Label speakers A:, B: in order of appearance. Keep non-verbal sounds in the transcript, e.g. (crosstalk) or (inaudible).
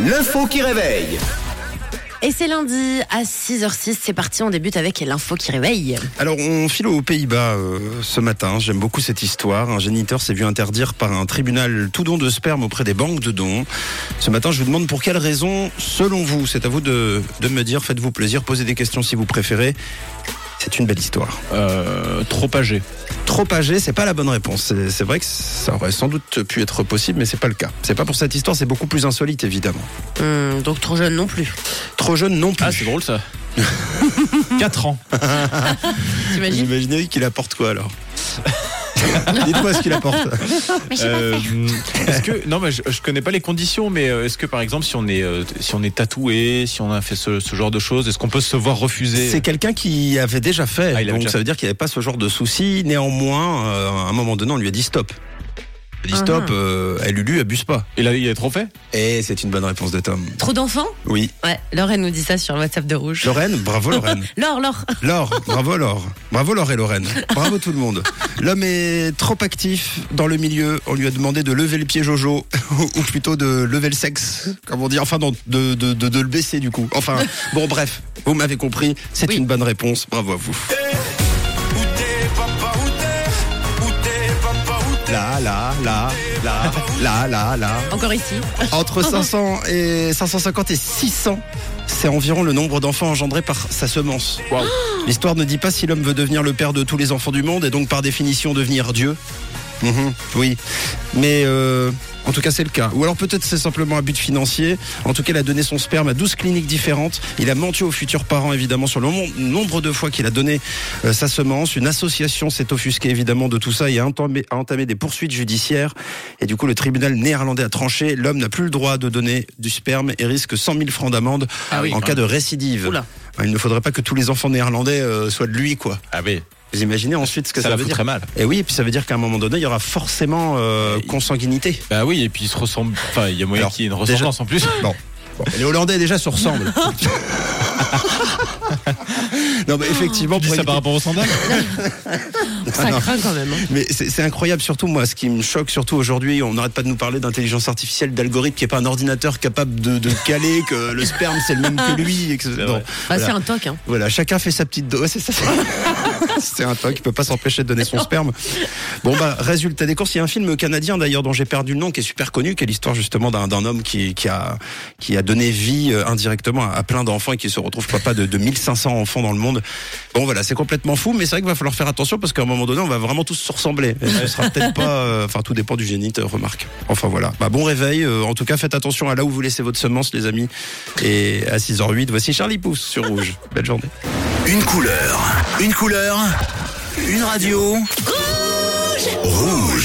A: L'info qui réveille.
B: Et c'est lundi à 6h06, c'est parti, on débute avec l'info qui réveille.
C: Alors, on file aux Pays-Bas euh, ce matin. J'aime beaucoup cette histoire. Un géniteur s'est vu interdire par un tribunal tout don de sperme auprès des banques de dons. Ce matin, je vous demande pour quelle raison, selon vous, c'est à vous de, de me dire, faites-vous plaisir, posez des questions si vous préférez. C'est une belle histoire.
D: Euh, trop âgé.
C: Trop âgé, c'est pas la bonne réponse. C'est- C'est vrai que ça aurait sans doute pu être possible, mais c'est pas le cas. C'est pas pour cette histoire, c'est beaucoup plus insolite, évidemment.
B: Hum, donc trop jeune non plus.
C: Trop jeune non plus.
D: Ah, c'est (laughs) drôle ça. 4 ans.
B: T'imagines
C: J'imaginais qu'il apporte quoi alors (laughs) Dites-moi ce qu'il apporte.
D: Euh, est-ce que non, mais je, je connais pas les conditions, mais euh, est-ce que par exemple, si on est euh, si on est tatoué, si on a fait ce, ce genre de choses, est-ce qu'on peut se voir
C: C'est
D: refuser
C: quelqu'un qui avait déjà fait.
D: Ah, il avait
C: donc
D: déjà
C: ça veut dire qu'il n'avait pas ce genre de souci. Néanmoins, euh, à un moment donné, on lui a dit stop. Il a dit stop, euh, eh, Lulu, abuse pas.
D: Et là, il est trop fait
C: Et c'est une bonne réponse de Tom.
B: Trop d'enfants
C: Oui.
B: Ouais, Lorraine nous dit ça sur le WhatsApp de Rouge.
C: Lorraine, bravo Lorraine.
B: Laure, Laure
C: Laure, bravo Laure. Bravo Laure et Lorraine. Bravo tout le monde. L'homme est trop actif dans le milieu. On lui a demandé de lever le pied Jojo, ou plutôt de lever le sexe, comme on dit. Enfin, non, de, de, de- de le baisser du coup. Enfin, bon, bref, vous m'avez compris. C'est
B: Oui.
C: une bonne réponse. Bravo à vous.
A: Où t'es, papa, où t'es Où t'es, papa, où t'es
C: Là, là, là, là, là, là, là.
B: Encore ici.
C: (laughs) Entre 500 et 550 et 600, c'est environ le nombre d'enfants engendrés par sa semence.
D: Waouh.
C: L'histoire ne dit pas si l'homme veut devenir le père de tous les enfants du monde et donc par définition devenir Dieu. Mhm, oui, mais euh, en tout cas c'est le cas. Ou alors peut-être c'est simplement un but financier. En tout cas, il a donné son sperme à 12 cliniques différentes. Il a menti aux futurs parents évidemment sur le nom- nombre de fois qu'il a donné euh, sa semence. Une association s'est offusquée évidemment de tout ça et a entamé, a entamé des poursuites judiciaires. Et du coup, le tribunal néerlandais a tranché. L'homme n'a plus le droit de donner du sperme et risque 100 000 francs d'amende
D: Ah oui,
C: en
D: quand
C: cas de récidive.
B: Oula.
C: Il ne faudrait pas que tous les enfants néerlandais euh, soient de lui, quoi.
D: Ah oui.
C: Vous imaginez ensuite ce que
D: Ça,
C: ça,
D: la
C: veut
D: fout
C: dire
D: très mal.
C: Et Eh oui, et puis ça veut dire qu'à un moment donné, il y aura forcément euh, consanguinité.
D: Bah oui, et puis il se ressemble. Enfin, il y a moyen
C: Alors,
D: qu'il y ait une
C: déjà-
D: ressemblance en plus.
C: Bon. Bon, Les Hollandais déjà se (laughs) ressemblent. non, mais effectivement,
D: Tu
C: pour
D: dis ça
C: éviter-
D: par rapport aux sandales
B: Ça craint quand même. hein.
C: mais c'est c'est incroyable. Surtout moi, ce qui me choque surtout aujourd'hui, on n'arrête pas de nous parler d'intelligence artificielle, d'algorithme qui est pas un ordinateur capable de, de caler que le sperme c'est le même que (laughs) lui. Et que... non.
D: vrai.
B: Bah,
C: Voilà.
B: C'est un toc, hein.
C: Voilà, chacun fait sa petite dose. C'est ça. (laughs) C'est un toc, il peut pas s'empêcher de donner son sperme. Bon bah résultat des courses, il y a un film canadien d'ailleurs dont j'ai perdu le nom qui est super connu, qui est l'histoire justement d'un d'un homme qui, qui a qui a donné vie euh, indirectement à, à plein d'enfants et qui se retrouve papa de, de 1500 enfants dans le monde. Bon voilà, c'est complètement fou, mais c'est vrai qu'il va falloir faire attention parce qu'à un moment donné, on va vraiment tous se ressembler. Et ce sera peut-être pas, euh, enfin tout dépend du géniteur, remarque. Enfin voilà, bah bon réveil. euh, en tout cas, faites attention à là où vous laissez votre semence, les amis. Et à 6h08, voici Charlie Pouce sur Rouge. Belle journée.
A: Une couleur, une couleur, une radio. Rouge.